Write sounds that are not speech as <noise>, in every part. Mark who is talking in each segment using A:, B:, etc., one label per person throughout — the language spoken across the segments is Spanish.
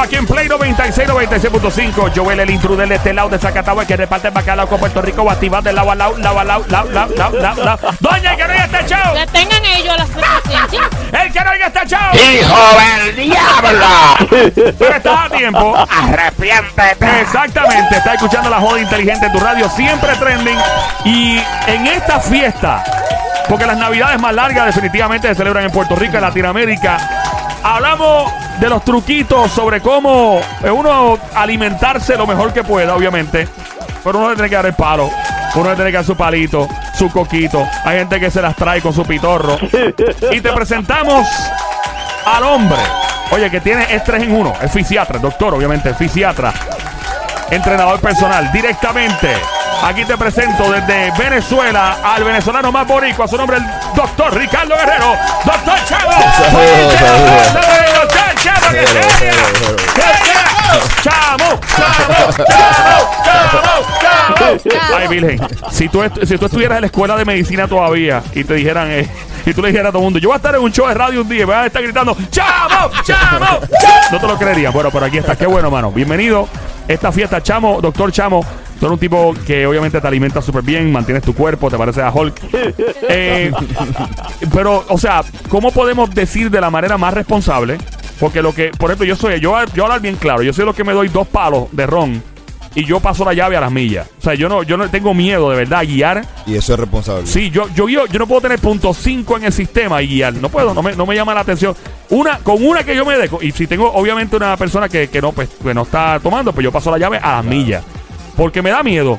A: aquí en Play 96, 96.5. Joel, el intruder de este lado de Zacatagua que reparte el bacalao con Puerto Rico, activado del lado al lado, lado al lado, lado, lado, lado, lado, lado. Doña, que no oiga este show.
B: Que tengan ellos a las presencias.
A: El que no oiga este show.
C: ¡Hijo del diablo!
A: Pero estás a tiempo.
C: ¡Arrepiéntete!
A: Exactamente, está escuchando la joda inteligente en tu radio, siempre trending. Y en esta fiesta, porque las navidades más largas definitivamente se celebran en Puerto Rico, en Latinoamérica, hablamos de los truquitos sobre cómo eh, uno alimentarse lo mejor que pueda, obviamente. Pero uno le tiene que dar el palo, uno le tiene que dar su palito, su coquito. Hay gente que se las trae con su pitorro. Y te presentamos al hombre. Oye, que tiene es 3 en 1. Es fisiatra, doctor, obviamente, es fisiatra. Entrenador personal, directamente. Aquí te presento desde Venezuela al venezolano más boricua. Su nombre es el doctor Ricardo Guerrero. Doctor Chavo.
D: Saludos, saludos.
A: Doctor Chavo, que
D: Saludos,
A: sea.
D: saludos,
A: Que sea. Chamo, chamo, chamo, chamo, chamo. Ay, Virgen, si tú, estu- si tú estuvieras en la escuela de medicina todavía y te dijeran, eh, y tú le dijeras a todo el mundo, yo voy a estar en un show de radio un día y me vas a estar gritando, ¡Chamo! ¡Chamo! chamo". No te lo creerías. Bueno, pero aquí estás. Qué bueno, mano. Bienvenido. Esta fiesta, Chamo, doctor Chamo. Tú eres un tipo que obviamente te alimenta súper bien, mantienes tu cuerpo, te pareces a Hulk. Eh, pero, o sea, ¿cómo podemos decir de la manera más responsable? Porque lo que, por ejemplo, yo soy, yo, yo hablar bien claro, yo soy lo que me doy dos palos de ron y yo paso la llave a las millas. O sea, yo no, yo no tengo miedo de verdad a guiar.
D: Y eso es responsable.
A: Sí, yo, yo guío, yo no puedo tener punto 5 en el sistema y guiar. No puedo, no me, no me llama la atención. Una, con una que yo me dejo. Y si tengo, obviamente, una persona que, que no, pues, que no está tomando, pues yo paso la llave a las millas. Porque me da miedo.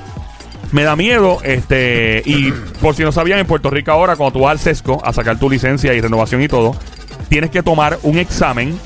A: Me da miedo, este, y por si no sabían, en Puerto Rico ahora, cuando tú vas al sesco a sacar tu licencia y renovación y todo, tienes que tomar un examen,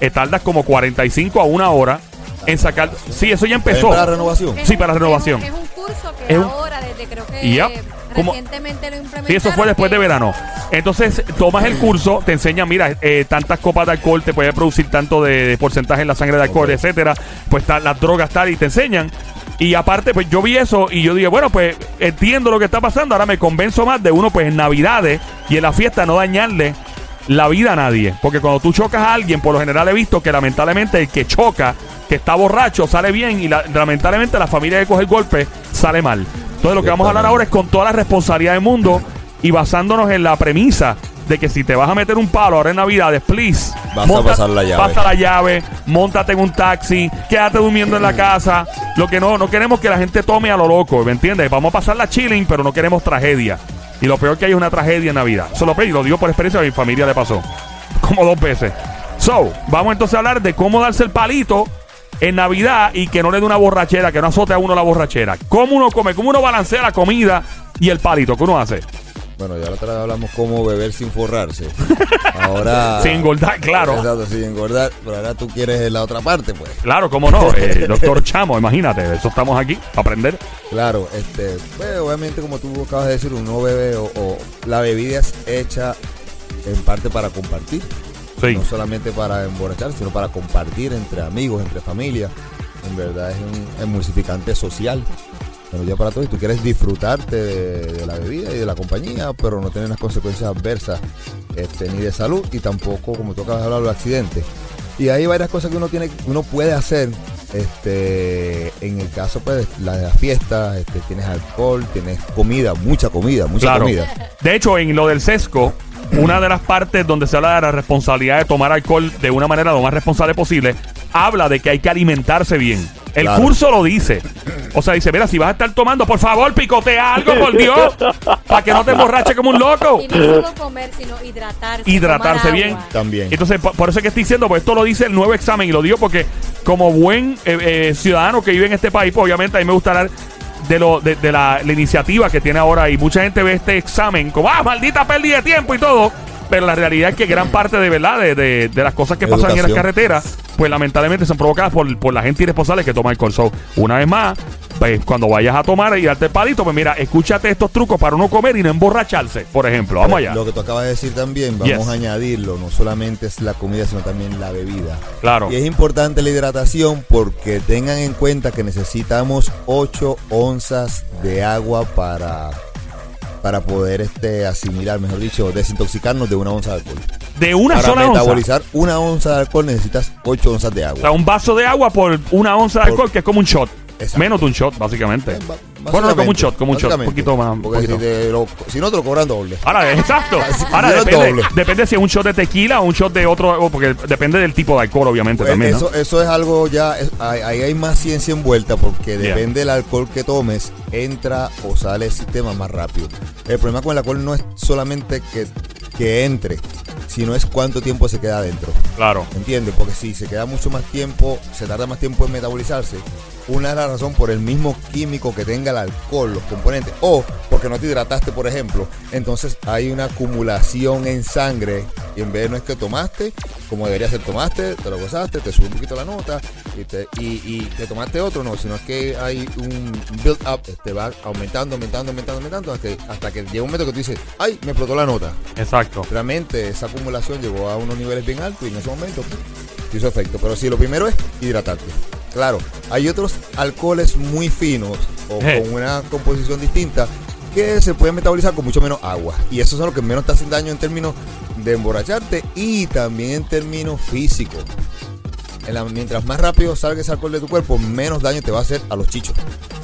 A: eh, tardas como 45 a una hora en sacar. Sí, eso ya
D: ¿Es
A: empezó.
D: para la renovación?
A: Sí, para renovación.
E: Es un, es un curso que
A: Es un-
E: ahora, desde creo que
A: Yep.
E: eh,
A: Como-
E: recientemente lo implementaron.
A: Sí, eso fue después
E: que-
A: de verano. Entonces, tomas el curso, te enseñan, mira, eh, tantas copas de alcohol te puede producir tanto de, de porcentaje en la sangre de alcohol,
D: Ok.
A: etcétera. Pues tal, las drogas, tal, y te enseñan. Y aparte, pues yo vi eso y yo dije, bueno, pues entiendo lo que está pasando. Ahora me convenzo más de uno, pues en Navidades y en la fiesta no dañarle la vida a nadie. Porque cuando tú chocas a alguien, por lo general he visto que lamentablemente el que choca, que está borracho, sale bien y la- lamentablemente la familia que coge el golpe sale mal. Entonces lo que vamos a hablar ahora es con toda la responsabilidad del mundo y basándonos en la premisa de que si te vas a meter un palo ahora en Navidades, please.
D: Vas a pasar la llave.
A: Pasa la llave, montate en un taxi, quédate durmiendo en la casa. Lo que no, no queremos que la gente tome a lo loco, ¿me entiendes? Vamos a pasar la chilling, pero no queremos tragedia. Y lo peor que hay es una tragedia en Navidad. Eso lo peor, y lo digo por experiencia, a mi familia le pasó. <laughs> Como dos veces. So, vamos entonces a hablar de cómo darse el palito en Navidad y que no le dé una borrachera, que no azote a uno la borrachera. Cómo uno come, cómo uno balancea la comida y el palito que uno hace.
D: Bueno, ya la otra vez hablamos cómo beber sin forrarse. Ahora.
A: <laughs> Sin engordar, claro.
D: Exacto, sin engordar. Pero ahora tú quieres la otra parte, pues.
A: Claro, cómo no. eh, doctor Chamo, imagínate, de eso estamos aquí, para aprender.
D: Claro, este. pues, obviamente, como tú acabas de decir, uno bebe o, o la bebida es hecha en parte para compartir.
A: Sí.
D: No solamente para emborrachar, sino para compartir entre amigos, entre familia. En verdad es un emulsificante social. Pero ya para todo, y tú quieres disfrutarte de, de la bebida y de la compañía, pero no tener las consecuencias adversas este, ni de salud y tampoco, como tú acabas de hablar, los accidentes. Y hay varias cosas que uno tiene, que uno puede hacer. Este, en el caso pues, de la de las fiestas, este, tienes alcohol, tienes comida, mucha comida, mucha
A: Claro.
D: comida.
A: De hecho, en lo del sesco, una de las partes donde se habla de la responsabilidad de tomar alcohol de una manera lo más responsable posible, habla de que hay que alimentarse bien. El
D: Claro.
A: curso lo dice. O sea, dice, mira, si vas a estar tomando, por favor, picotea algo, por Dios, para que no te emborraches como un loco.
E: Y no solo comer, sino hidratarse.
A: Hidratarse
E: tomar
A: bien.
E: agua.
D: También.
A: Entonces, po- por eso es que estoy diciendo, pues esto lo dice el nuevo examen y lo digo porque como buen eh, eh, ciudadano que vive en este país, pues, obviamente a mí me gusta hablar de, lo, de, de la, la iniciativa que tiene ahora y mucha gente ve este examen como, ah, maldita pérdida de tiempo y todo. Pero la realidad es que gran parte de verdad de, de- de las cosas que pasan en las
D: Educación.
A: carreteras, pues lamentablemente son provocadas por, por la gente irresponsable que toma alcohol. So, una vez más, pues cuando vayas a tomar y darte el palito, pues mira, escúchate estos trucos para uno comer y no emborracharse, por ejemplo. Vamos allá.
D: Lo que tú acabas de decir también, vamos
A: Yes.
D: a añadirlo, no solamente es la comida, sino también la bebida.
A: Claro.
D: Y es importante la hidratación porque tengan en cuenta que necesitamos 8 onzas de agua para, para para poder este, asimilar, mejor dicho, desintoxicarnos de una onza de alcohol.
A: De una
D: para
A: sola onza. O
D: metabolizar una onza de alcohol necesitas 8 onzas de agua.
A: sea, un vaso de agua por una onza de
D: Por-
A: alcohol, que es como un shot.
D: Exacto.
A: Menos de un shot, básicamente.
D: Eh, ba-
A: Bueno, no, como un shot, como un shot. Un
D: básicamente.
A: poquito más. un
D: Porque
A: poquito.
D: Si, te lo- si no, te lo cobran doble. <laughs>
A: Ahora, exacto. Ahora
D: Yo
A: depende,
D: doble.
A: depende si es un shot de tequila o un shot de otro, o porque depende del tipo de alcohol, obviamente,
D: Pues
A: también. ¿no?
D: eso, eso es algo ya, es- ahí ahí hay más ciencia envuelta porque
A: Yeah.
D: depende del alcohol que tomes, entra o sale el sistema más rápido. El problema con el alcohol no es solamente que, que entre, sino es cuánto tiempo se queda adentro.
A: Claro.
D: ¿Entiendes? Porque si se queda mucho más tiempo, se tarda más tiempo en metabolizarse. Una de las razones por el mismo químico que tenga el alcohol, los componentes, o porque no te hidrataste, por ejemplo. Entonces hay una acumulación en sangre y en vez no es que tomaste, como debería ser tomaste, te lo gozaste, te subió un poquito la nota y te, y- y te tomaste otro, no, sino es que hay un build up, te va aumentando, aumentando, aumentando, aumentando, hasta que, hasta que llega un momento que tú dices, ay, me explotó la nota
A: Exacto.
D: realmente esa acumulación llegó a unos niveles bien altos y en ese momento pues, hizo efecto. Pero sí, lo primero es hidratarte. Claro, hay otros alcoholes muy finos o
A: Eh.
D: con una composición distinta que se pueden metabolizar con mucho menos agua. Y eso es lo que menos te hacen daño en términos de emborracharte y también en términos físicos. En la- mientras más rápido salga ese alcohol de tu cuerpo, menos daño te va a hacer a los chichos.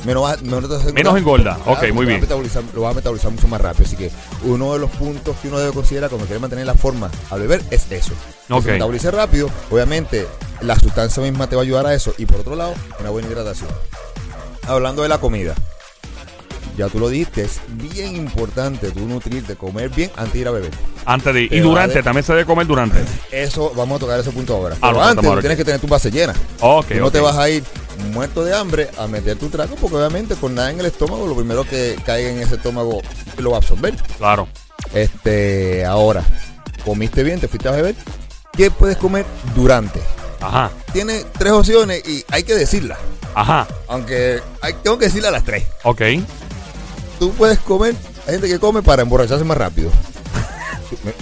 D: Menos, va- menos, te va a hacer-
A: Menos engorda. Ok,
D: Claro,
A: muy
D: lo va a
A: bien.
D: metabolizar- Lo vas a metabolizar mucho más rápido. Así que uno de los puntos que uno debe considerar cuando quiere mantener la forma al beber es eso. Que
A: Ok.
D: Se metabolice rápido. Obviamente, la sustancia misma te va a ayudar a eso. Y por otro lado, una buena hidratación. Hablando de la comida. Ya tú lo dijiste, es bien importante tú nutrirte, comer bien antes de ir a beber.
A: Antes de. Y
D: Te
A: durante,
D: vale. Pues
A: también se debe comer durante.
D: Eso, vamos a tocar ese punto ahora.
A: Ah, lo
D: Pero
A: tratamos
D: antes
A: ahora.
D: tienes que tener tu base llena.
A: Ok.
D: Tú no te
A: ok.
D: vas a ir muerto de hambre a meter tu trago porque obviamente con nada en el estómago, lo primero que caiga en ese estómago lo va a absorber.
A: Claro.
D: Este, ahora, comiste bien, te fuiste a beber. ¿Qué puedes comer durante?
A: Ajá.
D: Tiene tres opciones y hay que decirlas.
A: Ajá.
D: Aunque hay- tengo que decirlas a las tres.
A: Ok.
D: Tú puedes comer, hay gente que come para emborracharse más rápido. <laughs>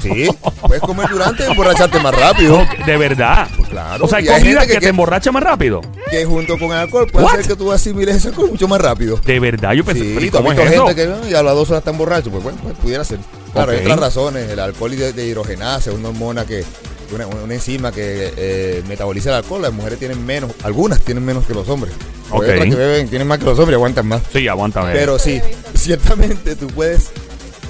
D: Sí, puedes comer durante y emborracharte más rápido.
A: Ok, De verdad.
D: Pues claro,
A: O sea, hay
D: y hay
A: comida
D: gente
A: que,
D: que
A: te
D: que-
A: emborracha más rápido.
D: Que junto con el alcohol puede
A: What?
D: hacer que tú asimiles ese alcohol mucho más rápido.
A: De verdad. Yo pensé,
D: Sí,
A: pero ¿y
D: tú has
A: ¿cómo es
D: visto
A: eso?
D: gente que "No, ya a las dos horas están borrachos, pues bueno, pues pudiera ser. Claro,
A: Ok.
D: hay otras razones, el alcohol y de, de hidrogenasa, una hormona que, una, una enzima que eh, metaboliza el alcohol, las mujeres tienen menos, algunas tienen menos que los hombres.
A: Ok.
D: Hay otras que beben, tienen más que los hombres y aguantan más.
A: Sí, aguántame.
D: Pero
E: Eso
D: sí,
E: yo he visto.
D: ciertamente tú puedes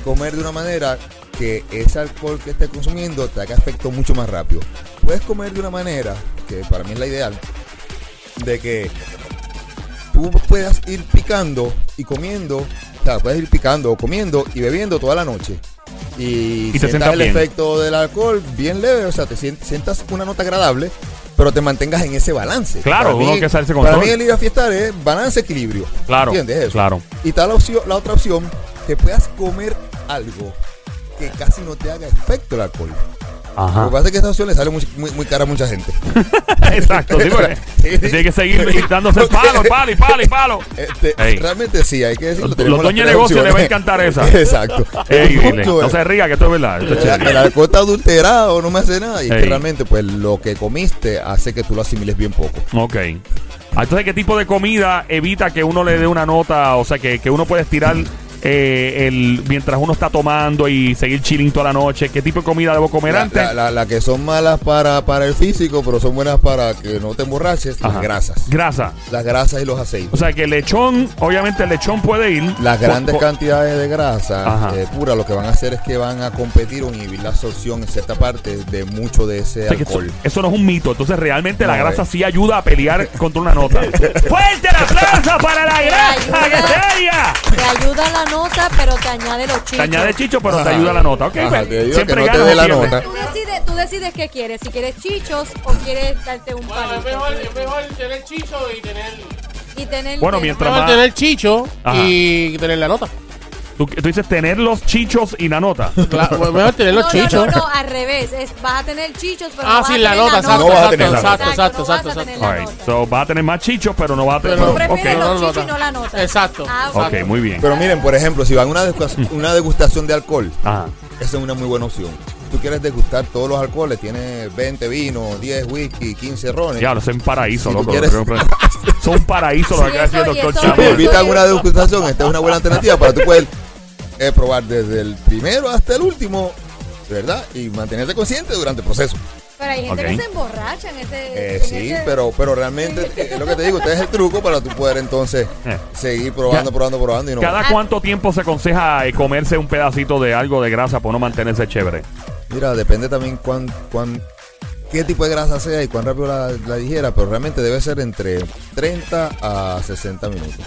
D: comer de una manera que ese alcohol que estés consumiendo te haga efecto mucho más rápido. Puedes comer de una manera, que para mí es la ideal, de que tú puedas ir picando y comiendo, o sea, puedes ir picando o comiendo y bebiendo toda la noche. Y,
A: Y te
D: sientas
A: sientas
D: el
A: bien.
D: efecto del alcohol bien leve, o sea, te sien- sientas una nota agradable, pero te mantengas en ese balance.
A: Claro,
D: Para mí-
A: uno que sale ese
D: Para
A: control.
D: mí el ir a fiestar es balance, equilibrio.
A: Claro,
D: ¿Entiendes eso?
A: claro.
D: Y está la, opción, la otra opción, que puedas comer algo que casi no te haga efecto el alcohol. Lo
A: Ajá.
D: que pasa es que esta opción le sale muy, muy, muy cara a mucha gente.
A: <laughs> Exacto. sí, porque
D: Sí.
A: Tiene que seguir
D: <laughs>
A: dándose palo, palo y palo y palo.
D: Este,
A: Ey.
D: Realmente sí, hay que decirlo.
A: Los-
D: tenemos
A: los
D: las
A: dueños de
D: tres
A: negocio le
D: opciones.
A: va a encantar esa.
D: <laughs> Exacto.
A: Ey,
D: El
A: dile,
D: punto
A: no
D: eh, es- Eh.
A: se ría que esto es verdad. Esto es
D: La,
A: chévere.
D: el alcohol está adulterado, no me hace nada. Y es
A: Ey.
D: que realmente, pues lo que comiste hace que tú lo asimiles bien poco.
A: Ok. Ah, Entonces, ¿qué tipo de comida evita que uno le dé una nota? O sea, que, que uno puede estirar eh, el, mientras uno está tomando y seguir chilling toda la noche. ¿Qué tipo de comida debo comer
D: La,
A: antes?
D: la- la- la que son malas para, para el físico, pero son buenas para que no te emborraches,
A: Ajá.
D: las grasas.
A: Grasa.
D: Las grasas y los aceites.
A: O sea, que el lechón, obviamente el lechón puede ir.
D: Las
A: con-
D: grandes
A: con-
D: cantidades de grasa
A: Ajá.
D: eh, pura lo que van a hacer es que van a competir o inhibir la absorción en cierta parte de mucho de ese
A: o sea, que eso,
D: alcohol.
A: eso no es un mito. Entonces, realmente la
D: No,
A: grasa
D: eh.
A: sí ayuda a pelear contra una
D: <laughs>
A: nota. ¡Fuerte el aplauso para la grasa!
E: Ayuda.
A: ¡Que seria!
E: Te ayuda la nota, pero te añade los
A: Te
E: chichos.
A: añade chicho, pero te
D: Ajá.
A: ayuda la nota. Ok,
D: Ajá,
A: pues,
D: te ayuda
A: siempre
D: que no te
A: ganas
D: dé
A: o
D: la
A: pierdes.
D: nota.
E: Tú decides, tú decides qué quieres, si quieres chichos o quieres darte un
F: Bueno, es mejor, es
E: palito.
F: mejor tener chicho y tener.
E: Y tener
A: Bueno,
E: tener-
A: mientras-
F: mejor
A: más-
F: tener chicho
A: Ajá.
F: y tener la nota.
A: Tú, tú dices tener los chichos y la
E: <laughs>
A: nota. <laughs>
F: Claro, mejor tener los
E: no, No,
F: chichos.
E: no, no, al revés. Es, vas a tener chichos, pero
F: Ah,
E: no vas a
F: sin la
E: tener
F: nota, exacto,
D: No vas a tener
F: exacto,
D: la nota.
F: exacto, exacto,
E: Exacto, no
F: exacto,
E: vas a tener
F: exacto.
E: la
A: All right.
E: nota.
A: So, vas a tener más chichos, pero no vas a tener.
F: Pero-
E: Tú
A: ok.
E: prefieres
F: no,
E: los
F: no,
E: chichos y
F: no.
E: no la nota.
F: Exacto,
E: Ah,
A: Ok, muy bien.
D: Pero miren, por ejemplo, si van a una degusta-
A: Mm.
D: una degustación de alcohol,
A: Ajá.
D: esa es una muy buena opción. Tú quieres degustar todos los alcoholes, tienes 20 vinos, 10 whisky, 15 rones.
A: Ya, lo sé, un paraíso,
D: Si tú
A: loco.
D: quieres-
A: Son un paraíso lo que
E: Sí,
A: acaba de decir el
E: eso, y
A: doctor
E: eso-
D: Si te
A: Chávez.
E: Sí.
D: invitan a una degustación, esta es una buena alternativa para tú poder es probar desde el primero hasta el último, ¿verdad? Y mantenerse consciente durante el proceso.
E: Pero hay gente
A: Ok.
E: que se emborracha en ese.
D: Eh,
E: en
D: sí,
E: ese-
D: pero, pero realmente es lo que te digo, este es el truco para tú poder entonces
A: Eh.
D: seguir probando,
A: Ya.
D: probando, probando y no.
A: ¿Cada cuánto tiempo se aconseja eh, comerse un pedacito de algo de grasa para no mantenerse chévere?
D: Mira, depende también cuán, cuán qué tipo de grasa sea y cuán rápido la, la digiera, pero realmente debe ser entre 30 a 60 minutos.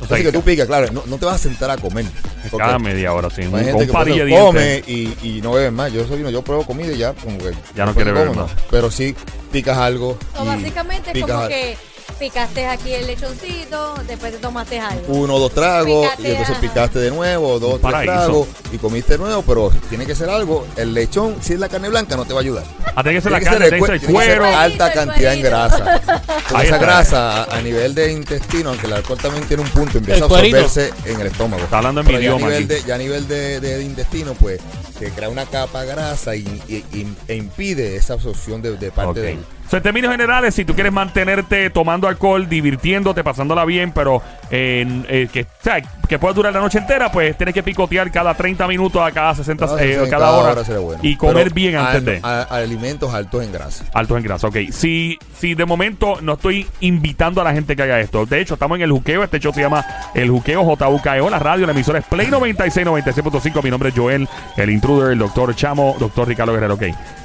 A: O sea,
D: Así que tú pica, claro, no, no te vas a sentar a comer. porque
A: cada media hora, sí.
D: hay
A: Un,
D: gente
A: con
D: que por
A: parilla de
D: ejemplo, come
A: dientes.
D: y, y no bebe más. Yo soy uno, yo pruebo comida y ya, como que
A: Ya no
D: después
A: quiere beber
D: como,
A: más.
D: Pero sí picas algo.
E: So,
D: y
E: básicamente es
D: picas
E: como que picaste aquí el lechoncito, después te tomaste algo.
D: uno o dos tragos
E: Picate,
D: y entonces
E: ajá.
D: picaste de nuevo, dos o tres
A: paraíso.
D: tragos y comiste de nuevo, pero tiene que ser algo. El lechón, si es la carne blanca, no te va a ayudar.
A: Ah, tiene que ser la
D: Tiene que
A: carne, tiene que
D: ser
A: ser el
D: tiene que ser
A: cuero.
D: alta
E: Cuerito, el
D: cantidad en
E: cuerito.
D: grasa.
E: <laughs>
D: Con
A: Ahí
D: esa
A: está.
D: grasa a, a nivel de intestino, aunque el alcohol también tiene un punto, empieza
F: El
D: a
F: cuerito.
D: absorberse en el estómago.
A: Está hablando en
D: Pero
A: mi
D: ya a
A: idioma
D: nivel
A: aquí.
D: de- Ya a nivel de, de intestino, pues se crea una capa grasa y, y- y- e impide esa absorción de, de parte
A: Ok.
D: del.
A: So, en términos generales, si tú quieres mantenerte tomando alcohol, divirtiéndote, pasándola bien, pero eh, eh, que, o sea, que pueda durar la noche entera, pues tienes que picotear cada 30 minutos, a cada 60,
D: No,
A: eh,
D: eso Ah, en
A: cada, hora,
D: será bueno.
A: y comer
D: Pero
A: bien antes
D: al-
A: de.
D: a- a alimentos altos en grasa.
A: Altos en grasa, ok. Si, si de momento no estoy invitando a la gente que haga esto. De hecho, estamos en el juqueo. Este show se llama El Juqueo JUKEO. E La radio, la emisora es Play 96, 96.5. Mi nombre es Joel, el intruder, el doctor Chamo, doctor Ricardo Guerrero, ok.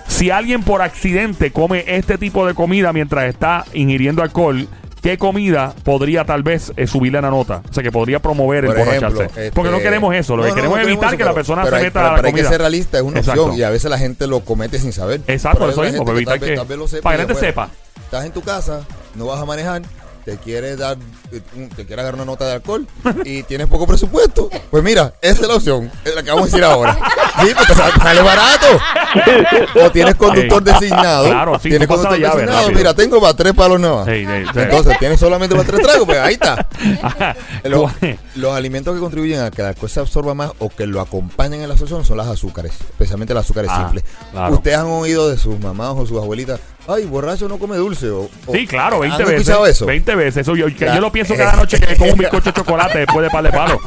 A: Si alguien por accidente come este tipo de comida mientras está ingiriendo alcohol, ¿qué comida podría tal vez eh, subirle a la nota? O sea, que podría promover el
D: Por
A: emborracharse.
D: ejemplo, este-
A: Porque no queremos eso. Lo
D: No,
A: que
D: no,
A: queremos
D: no
A: es evitar
D: eso,
A: que
D: pero-
A: la persona
D: pero
A: se
D: hay-
A: meta
D: pero-
A: a la
D: pero hay
A: comida.
D: que ser realista, es una
A: Exacto.
D: opción y a veces la gente lo comete sin saber.
A: Exacto, por
D: Pero
A: eso
D: hay
A: mismo, para
D: gente
A: evitar
D: tal vez-
A: que-
D: tal vez lo sepa
A: para
D: y
A: que la gente
D: bueno,
A: sepa.
D: Estás en tu casa, no vas a manejar, te quieres dar eh, un- te quieres agarrar una nota de alcohol
A: <laughs>
D: y tienes poco presupuesto. Pues mira, esa es la opción, es la que vamos a decir ahora. Sí, pues te sale, te sale barato. O tienes conductor
A: Sí.
D: designado.
A: Claro, sí,
D: tienes
A: tú pasas la
D: conductor
A: llave,
D: designado.
A: rápido.
D: Mira, tengo para tres palos nada más.
A: Sí, sí, sí. <laughs>
D: Entonces, tienes solamente para tres tragos, pues ahí está.
A: Ajá.
D: Los, los alimentos que contribuyen a que la cosa se absorba más o que lo acompañan en la absorción son las azúcares, especialmente las azúcares
A: Ah,
D: simples.
A: claro.
D: Ustedes han oído de sus mamás o sus abuelitas, ay, borracho no come dulce. O, o-
A: Sí, claro, 20
D: ¿Han
A: veces.
D: Ah, escuchado eso? Eh.
A: 20 veces. Eso yo, que
D: La-
A: yo lo pienso cada noche que como un
D: <laughs>
A: bizcocho de chocolate después de par de palos.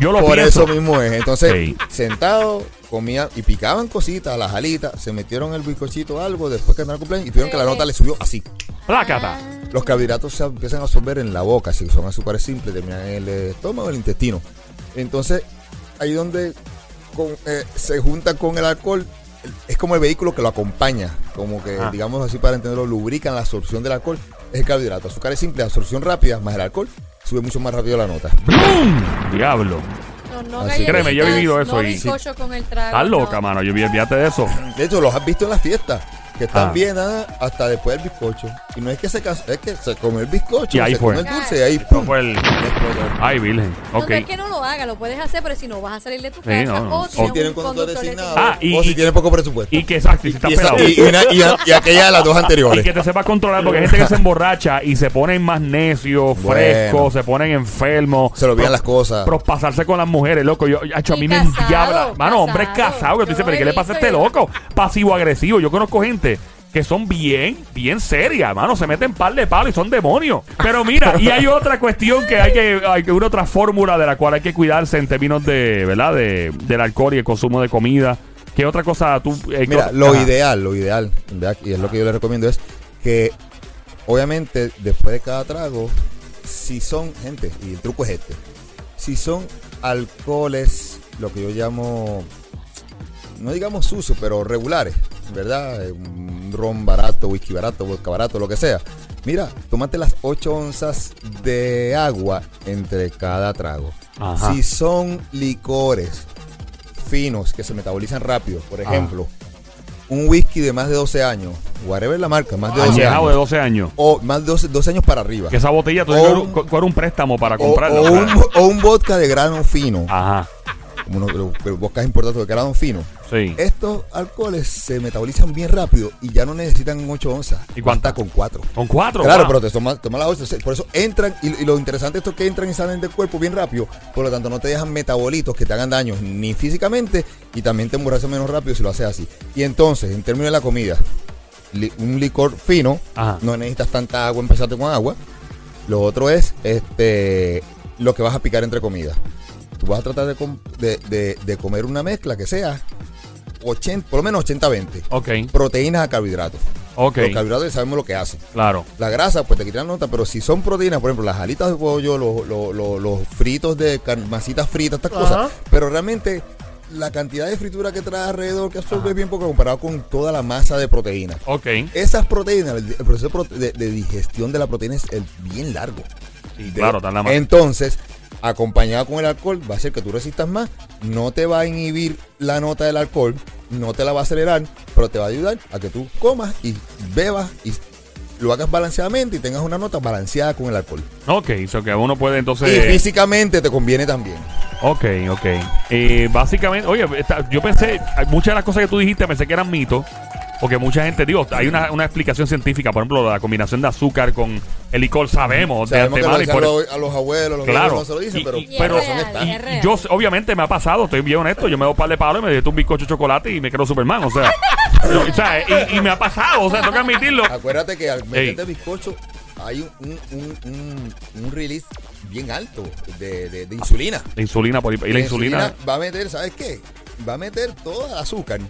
A: Yo lo
D: Por
A: pienso.
D: eso mismo es. Entonces,
A: Sí.
D: sentado, comían y picaban cositas, las alitas, se metieron el bizcochito o algo después que andaron cumpleaños y tuvieron que la nota le subió así.
A: Plácata.
D: Los carbohidratos se empiezan a absorber en la boca, si son azúcares simples, terminan en el estómago, en el intestino. Entonces, ahí donde con- eh, se junta con el alcohol, es como el vehículo que lo acompaña, como que,
A: Ah.
D: digamos así para entenderlo, lubrican la absorción del alcohol, es el carbohidrato. Azúcares simples, absorción rápida, más el alcohol, sube mucho más rápido la nota.
A: Diablo.
E: No, no
D: Así que-
E: galletitas,
A: Créeme, yo he vivido eso
E: no
A: y-
E: bizcocho con el trago.
A: Estás loca,
E: no.
A: mano. Yo vi- fíjate de eso.
D: De hecho, los has visto en las fiestas, que están
A: Ah.
D: bien ah, hasta después del bizcocho. Y no es que se cas- es que se come el bizcocho,
A: Y ahí
D: se
A: fue.
D: come el dulce y ahí
A: Esto
D: pum,
A: fue el.
D: explotó.
A: pues, Ay, virgen.
E: No,
A: Ok.
E: no es que no lo haga, lo puedes hacer, pero si no vas a salir de tu
A: Sí,
E: casa
A: no, no.
E: o
D: si
E: tienes
D: tiene
E: un
D: un conductor designado
A: Ah, y-
D: o si
A: y-
D: tiene poco presupuesto.
A: Y que exacto, y si estás
D: Y esa-
A: pelado.
D: y- y una- y a- y aquella de las
A: <laughs>
D: dos
A: Y
D: anteriores.
A: que te sepas controlar, porque hay gente que se emborracha y se ponen más necios,
D: Bueno.
A: frescos, se ponen enfermos.
D: Se lo olvidan las cosas.
A: Pero pasarse con las mujeres, loco. Yo, yo- acho, a
E: Y
A: mí me
E: casado,
A: endiabla. Mano,
E: casado.
A: hombre casado, que tú dices,
E: Yo
A: pero
E: lo
A: ¿qué le
E: he
A: pasa a
E: visto
A: este
E: y-
A: loco? Pasivo-agresivo. Yo conozco gente que son bien, bien serias, mano. Se meten par de palos y son demonios. Pero mira, y
E: <laughs>
A: hay otra cuestión que hay que, hay que- una otra fórmula de la cual hay que cuidarse en términos de, ¿verdad? De, del alcohol y el consumo de comida. ¿Qué otra cosa tú...? eh, qué
D: Mira,
A: otra-
D: lo
A: Ajá.
D: ideal, lo ideal, en verdad, y es lo que yo les recomiendo, es que obviamente después de cada trago, si son, gente, y el truco es este, si son alcoholes, lo que yo llamo, no digamos sucios, pero regulares, ¿verdad? Eh, Un ron barato, whisky barato, vodka barato, lo que sea. Mira, tomate las 8 onzas de agua entre cada trago.
A: Ajá.
D: Si son licores finos que se metabolizan rápido, por
A: Ah.
D: ejemplo, un whisky de más de 12 años, whatever la marca, más de 12
A: Añejado de
D: años,
A: 12 años.
D: o más de 12, 12 años para arriba,
A: Que esa botella tú
D: O
A: dices,
D: un-
A: cu- cu- era un préstamo para
D: o,
A: comprarla.
D: o un,
A: ¿verdad?
D: o un vodka de grano fino,
A: Ajá,
D: como uno de los- de los vodkas importantes de grano fino,
A: sí.
D: estos alcoholes se metabolizan bien rápido y ya no necesitan 8 onzas,
A: ¿Y cuánto?
D: basta con 4.
A: Con cuatro.
D: Claro,
A: wow.
D: pero te tomas toma las onzas, Por eso entran, y, y lo interesante esto es que entran y salen del cuerpo bien rápido. Por lo tanto, no te dejan metabolitos que te hagan daño ni físicamente y también te emborrachas menos rápido si lo haces así. Y entonces, en términos de la comida, li- un licor fino,
A: Ajá.
D: no necesitas tanta agua, empezarte con agua. Lo otro es este lo que vas a picar entre comidas. tú vas a tratar de, com- de- de- de comer una mezcla que sea 80, por lo menos 80-20.
A: Ok,
D: Proteínas a carbohidratos.
A: ok,
D: Los carbohidratos ya sabemos lo que hacen.
A: claro.
D: La grasa, pues te quitan la nota, pero si son proteínas, por ejemplo, las alitas de pollo, los, los- los- los fritos de car- masitas fritas, estas
F: Ajá.
D: cosas. Pero realmente la cantidad de fritura que trae alrededor que absorbe es bien poco comparado con toda la masa de proteínas.
A: Ok.
D: Esas proteínas, el, el proceso pro- de, de digestión de la proteína es el- bien largo.
A: Sí,
D: De-
A: claro, tan la más.
D: Entonces, acompañado con el alcohol, va a hacer que tú resistas más, no te va a inhibir la nota del alcohol, no te la va a acelerar, pero te va a ayudar a que tú comas y bebas y lo hagas balanceadamente y tengas una nota balanceada con el alcohol.
A: Ok, so que uno puede entonces.
D: Y físicamente te conviene también.
A: Ok, ok. Eh, básicamente, oye, esta- yo pensé, hay muchas de las cosas que tú dijiste pensé que eran mitos, porque mucha gente, digo, hay una, una explicación científica, por ejemplo, la combinación de azúcar con el licor, sabemos, de
D: Sabemos que lo
A: antemano y
D: dicen
A: por-
D: los- a los abuelos, los
A: Claro.
D: abuelos no se lo dicen,
A: Y-
D: pero,
A: y-
D: pero
A: pero-
D: son
E: y-
D: estas.
E: Es real.
A: Yo, sé- obviamente, me ha pasado, estoy bien honesto. Yo me doy un par de palos y me dieto un bizcocho de chocolate y me creo Superman, o sea.
D: <laughs>
A: yo- o sea, y, y me ha pasado, o sea, tengo que admitirlo.
D: Acuérdate que al meterte bizcocho hay un, un- un- un- un release bien alto de- de- de insulina.
A: La insulina, por ahí- y la insulina.
D: va a meter, ¿sabes qué? Va a meter todo el azúcar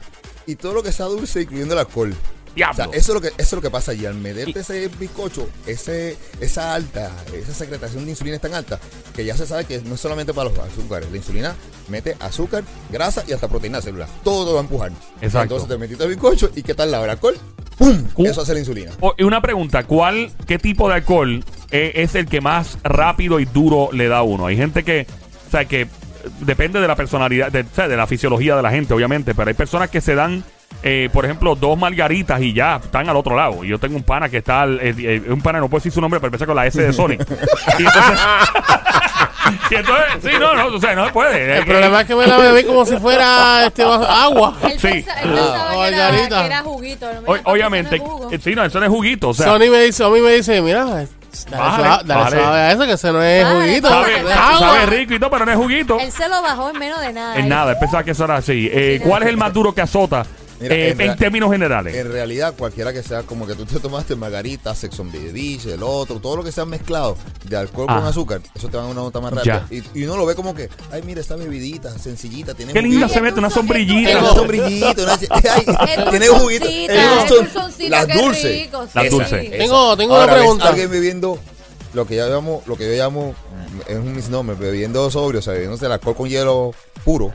D: y todo lo que sea dulce, incluyendo el alcohol. O sea,
A: Diablo.
D: eso es lo que eso es lo que pasa allí. Al meterte ese bizcocho, ese, esa alta, esa secretación de insulina es tan alta que ya se sabe que no es solamente para los azúcares. La insulina mete azúcar, grasa y hasta proteína celular. Todo lo va a empujar.
A: Exacto.
D: Entonces te metiste el bizcocho y ¿qué tal la hora? Alcohol, ¡pum!
A: Uh.
D: Eso hace la insulina.
A: O- y una pregunta, ¿cuál, qué tipo de alcohol eh, es el que más rápido y duro le da a uno? Hay gente que, o sea, que eh, depende de la personalidad, de, o sea, de la fisiología de la gente, obviamente, pero hay personas que se dan, eh, por ejemplo, dos margaritas y ya están al otro lado. Yo tengo un pana que está, al- eh, eh, un pana, no puedo decir su nombre, pero empieza con la S de
F: <laughs>
A: Sonic. y entonces, <laughs> y entonces, sí, no, no, o sea, no se puede.
F: El problema es que me la bebí como si fuera
A: <laughs>
F: este, agua.
E: Él
A: Ah, Sí.
E: pensa- él
D: Ah.
E: pensaba que era-
F: Margarita.
E: que era juguito. Mira,
A: O-
E: papi,
A: obviamente,
E: eso "Este no es jugo.
A: eh, sí, no, eso no es juguito, o sea.
F: Sony me dice, Sony me dice, mira, dale,
A: Bájale,
F: suave- dale
A: bájale.
F: suave a eso, que eso no es
E: Bájale,
F: juguito.
E: bájale,
A: Sabe,
F: eso es
E: bájale.
F: agua.
A: sabe rico y todo, pero no es juguito.
E: Él se lo bajó en menos de nada.
A: En
E: ¿eh?
A: nada, pensaba que eso era así. Eh, ¿Cuál es el más duro que azota
D: Mira,
A: eh,
D: en
A: en
D: ra-
A: términos generales?
D: En realidad, cualquiera que sea, como que tú te tomaste margarita, sex on the beach, el otro, todo lo que sea mezclado de alcohol con
A: Ah.
D: azúcar, eso te va a dar una nota más
A: Ya.
D: rápida. Y, y uno lo ve como que, ay, mira, esta bebidita, sencillita, tiene
A: Qué linda se
E: Ay,
A: mete una
E: entonces,
A: sombrillita.
D: Tiene
E: entonces-
D: un sombrillito, una- <laughs> ay,
E: Es
D: tiene juguito.
E: dulzoncita,
D: Es
E: es
D: dulzon-
E: dulzoncita,
D: las
E: qué
D: dulces.
E: rico, sí.
A: Las dulces.
E: Sí.
F: Tengo- tengo una
D: Ahora, ¿ves
F: pregunta.
D: Alguien bebiendo lo que yo llamo, lo que yo llamo, mm, es un misnombre, bebiendo sobrio, o sea, bebiéndose el alcohol con hielo puro,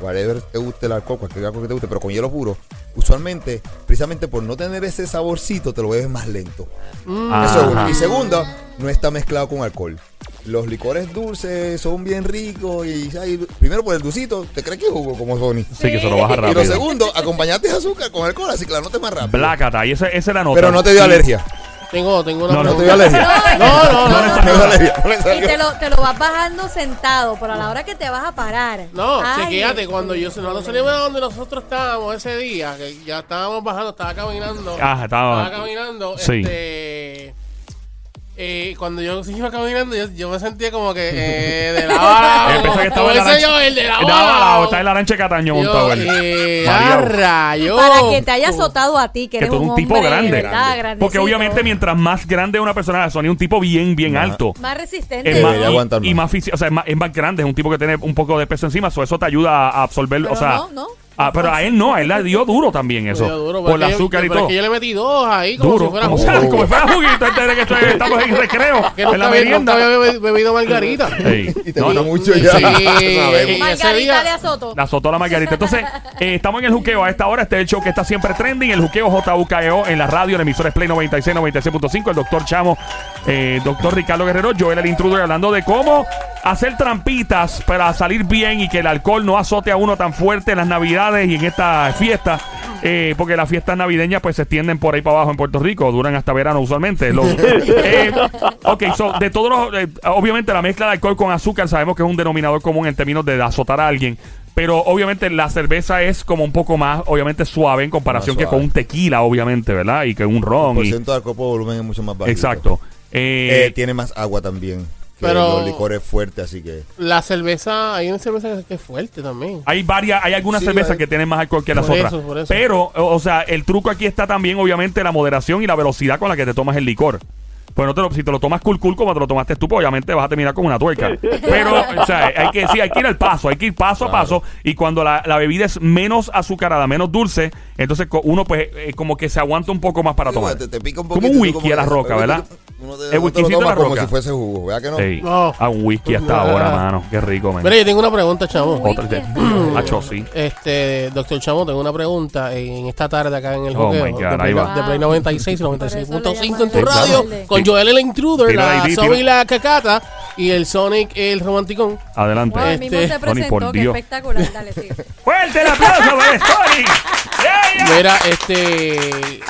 D: whatever te guste el alcohol, cualquier alcohol que te guste, pero con hielo puro, usualmente, precisamente por no tener ese saborcito, te lo bebes más lento. Eso es uno.
A: Ah, Ajá.
D: Y segundo, no está mezclado con alcohol. Los licores dulces son bien ricos y ay, primero por el dulcito, te crees que es jugo como Sony.
A: Sí, que se lo baja
D: Y lo
A: rápido.
D: segundo, acompañaste de azúcar con alcohol, así que la nota es más rápida.
A: Blácata, y esa, esa es la nota.
D: Pero no te dio alergia.
F: Tengo, tengo una
A: No, no
D: No te
F: pregunta.
D: dio alergia.
E: No,
F: No, no,
D: <laughs>
F: no.
D: No dio alergia, no le
E: Y
D: salió.
E: te lo, te lo vas bajando sentado, pero a la hora que te vas a parar.
F: No,
E: Ay,
F: chequéate, cuando yo nosotros salimos de donde nosotros estábamos ese día, que ya estábamos bajando, estaba caminando.
A: Ajá, Ah, estaba-
F: caminando.
A: Sí.
F: Este, eh, cuando yo iba caminando, yo, yo me sentía como que eh, de
A: <laughs>
F: la hora.
A: Pensaba que estaba en la
F: Como ese yo,
A: lancha-
F: el de la
A: estaba al lado, Está
F: hora.
A: en la lancha de Cataño
F: Yo,
A: montado. él.
F: eh,
A: María.
F: a rayos.
E: Para que te haya
F: oh.
E: azotado a ti, que eres
A: tú eres
E: un,
A: un tipo
E: hombre,
A: grande.
E: ¿verdad? Grandecito.
A: Porque obviamente mientras más grande es una persona, Sony es un tipo bien, bien alto.
E: Más resistente.
A: Es más,
D: Debería aguantar
A: y, y más
D: más.
A: fisi- o sea, es más, es más grande, es un tipo que tiene un poco de peso encima, so eso te ayuda a absorber,
E: Pero
A: o sea,
E: no, no.
A: ah, pero a él no, a él le dio duro también eso,
F: Yo duro,
A: por el
F: porque yo-
A: azúcar y
F: pero es
A: todo.
F: que yo le metí dos ahí, como
A: duro, <laughs>
F: si fuera
A: como,
F: jugo.
A: sea, como fuera juguito, entender que estoy- estamos en recreo,
F: Que nunca
A: en la
F: había-
A: merienda.
F: nunca había bebi- bebido margarita.
A: Ey,
D: <laughs> Y te
A: no,
D: gusta
A: no,
D: mucho
F: Sí.
D: ya.
F: Sí.
D: Sabemos.
F: Y ese
E: Margarita
F: día-
E: de azoto.
A: la azotó la margarita. Entonces, eh, estamos en el juqueo a esta hora. Este es el show que está siempre trending. El juqueo JUKEO E en la radio, en emisores Play 96, 96.5. El doctor Chamo, eh, doctor Ricardo Guerrero, Joel el intruder, hablando de cómo hacer trampitas para salir bien y que el alcohol no azote a uno tan fuerte en las navidades y en estas fiestas. eh, porque las fiestas navideñas pues se extienden por ahí para abajo en Puerto Rico, duran hasta verano usualmente. Lo- Eh, ok, so, de todos los, eh, obviamente la mezcla de alcohol con azúcar sabemos que es un denominador común en términos de azotar a alguien, pero obviamente la cerveza es como un poco más, obviamente suave en comparación
D: Más
A: que
D: suave.
A: con un tequila, obviamente, ¿verdad? Y que un
D: El
A: ron. y-
D: porcentaje de alcohol por volumen es mucho más bajo.
A: exacto. Eh,
D: Eh, tiene más agua también. Que
F: Pero-
D: los licores fuertes, así que.
F: La cerveza, hay una cerveza que es fuerte también.
A: hay varias, hay algunas
D: Sí,
A: cervezas
D: hay-
A: que tienen más alcohol que las
F: Por
A: otras.
F: eso, por eso.
A: Pero, o o sea, el truco aquí está también, obviamente, la moderación y la velocidad con la que te tomas el licor. Pues no te lo, si te lo tomas cool cool como te lo tomaste tú, pues obviamente vas a terminar con una tuerca. Pero, o sea, hay que, sí, hay que ir al paso, hay que ir paso a paso. Y cuando la, la bebida es menos azucarada, menos dulce, entonces co- uno pues eh, como que se aguanta un poco más para
D: Sí,
A: tomar.
D: te, te pica un
A: Como
D: poquito.
A: un
D: tú
A: whisky a la
D: que-
A: roca, ¿verdad?
D: Uno
A: El
D: te, uno te
A: whiskycito
D: lo
A: a la
D: toma como
A: roca.
D: si fuese jugo, ¿verdad que no?
A: Ey,
F: No.
A: A un whisky hasta
F: Ah. <laughs>
A: ahora, mano. Qué rico, man.
F: Mira, yo tengo una pregunta, chamo.
E: Uy.
A: Otro te- <laughs>
E: whisky.
A: Acho, sí.
F: Este, doctor Chamo, tengo una pregunta en esta tarde acá en el
A: Oh,
F: juego
A: my God,
F: de, Play,
A: ahí va.
F: de Play 96 y 96.5 en tu
E: Por
A: eso le
F: radio
E: llaman-
F: con Joel el Intruder,
A: Tira
F: la
A: ahí,
F: Zoe
A: tira.
F: la Cacata y el Sonic el Romanticón.
A: Adelante.
E: Wow, el mismo
F: Este-
E: se
A: Tony, por
E: presentó, qué
A: Dios.
E: espectacular. Dale, sí.
A: ¡Fuerte el aplauso para el
F: <laughs>
A: Sony! ¡Yeah, yeah!
F: Mira, este.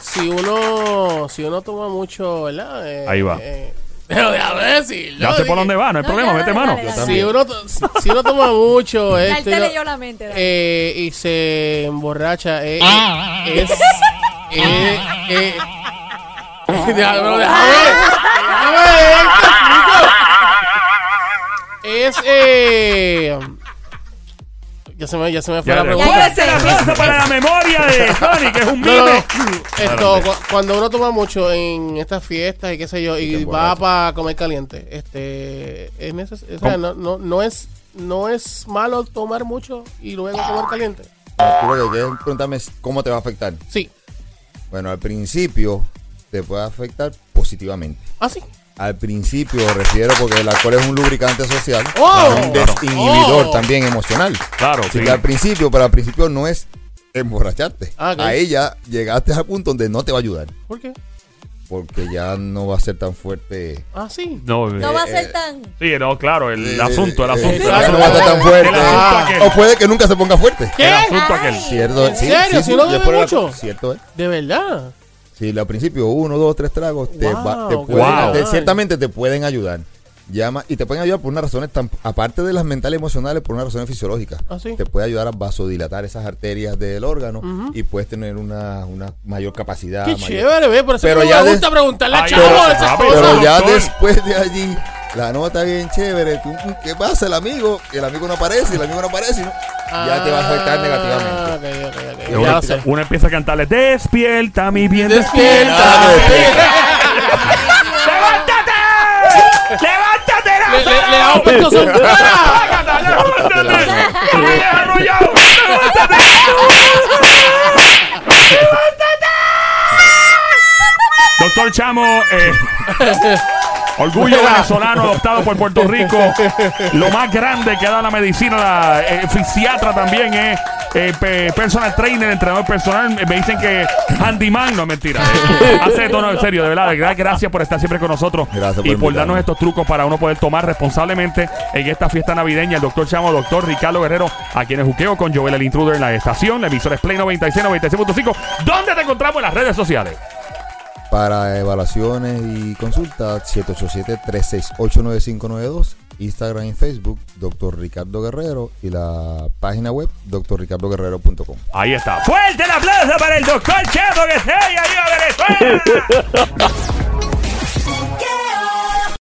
F: Si uno, si uno toma mucho, ¿verdad? Eh,
A: Ahí va.
F: eh, <laughs> pero déjame decirlo.
A: Ya sé por
F: dije.
A: dónde va, no hay
E: No,
A: problema,
E: ya,
A: mete
E: dale,
A: mano.
E: dale, dale.
F: Si uno, to- si- si uno toma mucho.
E: <laughs> Ya él
F: este,
E: te
F: lo-
E: leyó la mente. dale.
F: eh, y se emborracha eh, eh,
A: Ah.
F: es eh, eh,
A: Ah.
F: <laughs> déjame, déjame, déjame, eh, te explico. es eh, ya se me ya se me fue
A: Ya,
F: la
A: ya.
F: pregunta
A: ¡Fuerte el aplauso para la memoria de Sony, que es un
F: no, no, no.
A: mime!
F: Esto, cu- cuando uno toma mucho en estas fiestas y qué sé yo, y,
D: te
F: va
D: emborrachas.
F: para comer caliente, este, es neces- o sea, no, no, no es, no es malo tomar mucho y luego comer caliente.
D: Arturo, que quieres preguntarme es cómo te va a afectar.
F: Sí.
D: Bueno, al principio te puede afectar positivamente.
F: Ah, sí.
D: Al principio me refiero porque el alcohol es un lubricante social,
F: Oh.
D: es Ah, un desinhibidor
F: Oh.
D: también emocional.
A: Claro,
D: Así
A: sí.
D: que al principio, pero al principio no es emborracharte.
F: Ah, ok.
D: Ahí ya llegaste al punto donde no te va a ayudar,
F: ¿Por qué?
D: porque ya no va a ser tan fuerte.
F: Ah, sí.
A: No, eh,
E: No va a ser tan.
A: Sí, no, claro, el
D: eh,
A: asunto, el
D: eh,
A: asunto.
D: ya
A: el
D: no va a
A: asunto.
D: estar tan fuerte.
A: El asunto aquel.
D: O puede que nunca se ponga fuerte.
A: El
F: ¿Qué?
A: asunto aquel.
D: Cierto,
F: ¿En serio? Si uno
D: yo
F: bebe
D: por la-
F: mucho.
D: Cierto, es.
F: De verdad.
D: Ah, Sí, al principio, uno, dos, tres tragos, te,
F: Wow,
D: va- te
F: qué
D: pueden-
A: Wow.
D: te- ciertamente te pueden ayudar. Llama, y te pueden ayudar por unas razones, tan, aparte de las mentales emocionales, por unas razones fisiológicas.
F: Ah, sí.
D: Te puede ayudar a vasodilatar esas arterias del órgano y puedes tener una, una mayor capacidad.
F: Qué
D: mayor-
F: chévere, ve. Por eso
D: Pero
F: no
D: ya
F: me
D: de-
F: gusta preguntarle a
A: Ay,
F: Chavo
A: pero-
F: esas
A: ah,
F: cosas.
D: Pero ya
A: doctor.
D: después de allí, la nota bien chévere. tú, "Mm, ¿Qué pasa el amigo? Y el amigo no aparece, y el amigo no aparece. y no- ya te va a afectar negativamente.
F: negativamente. Ah, Ok, ok, ok.
D: Y
F: Ya
A: Uno,
F: lo sé.
A: uno empieza a cantarle, despierta mi bien,
D: Ah,
F: <laughs> Despierta,
A: ¡Levántate! ¡Levántate!
F: Le, le, le da un pescozón. ¡Ah!
A: ¡Levántate! ¡Levántate! ¡Te voy a dejar arrollado! ¡Levántate! Doctor Chamo, eh, orgullo venezolano adoptado por Puerto Rico. Lo más grande que da la medicina, la eh, fisiatra también es eh, pe- personal trainer, entrenador personal. Me dicen que handyman, no es
D: <laughs>
A: mentira. eh. Hace de todo, en serio, de verdad, de verdad, Gracias por estar siempre con nosotros
D: Gracias por
A: y por
D: invitarme.
A: darnos estos trucos para uno poder tomar responsablemente en esta fiesta navideña. El doctor Chamo, doctor Ricardo Guerrero, a quienes juqueo con Joel el Intruder en la estación. La emisora es Play 96, 96.5. ¿Dónde te encontramos en las redes sociales?
D: Para evaluaciones y consultas, 787-368-9592, Instagram y Facebook, Dr. Ricardo Guerrero, y la página web, drricardoguerrero.com.
A: Ahí está. Fuerte el aplauso para el doctor Chamo que se haya ido a Venezuela.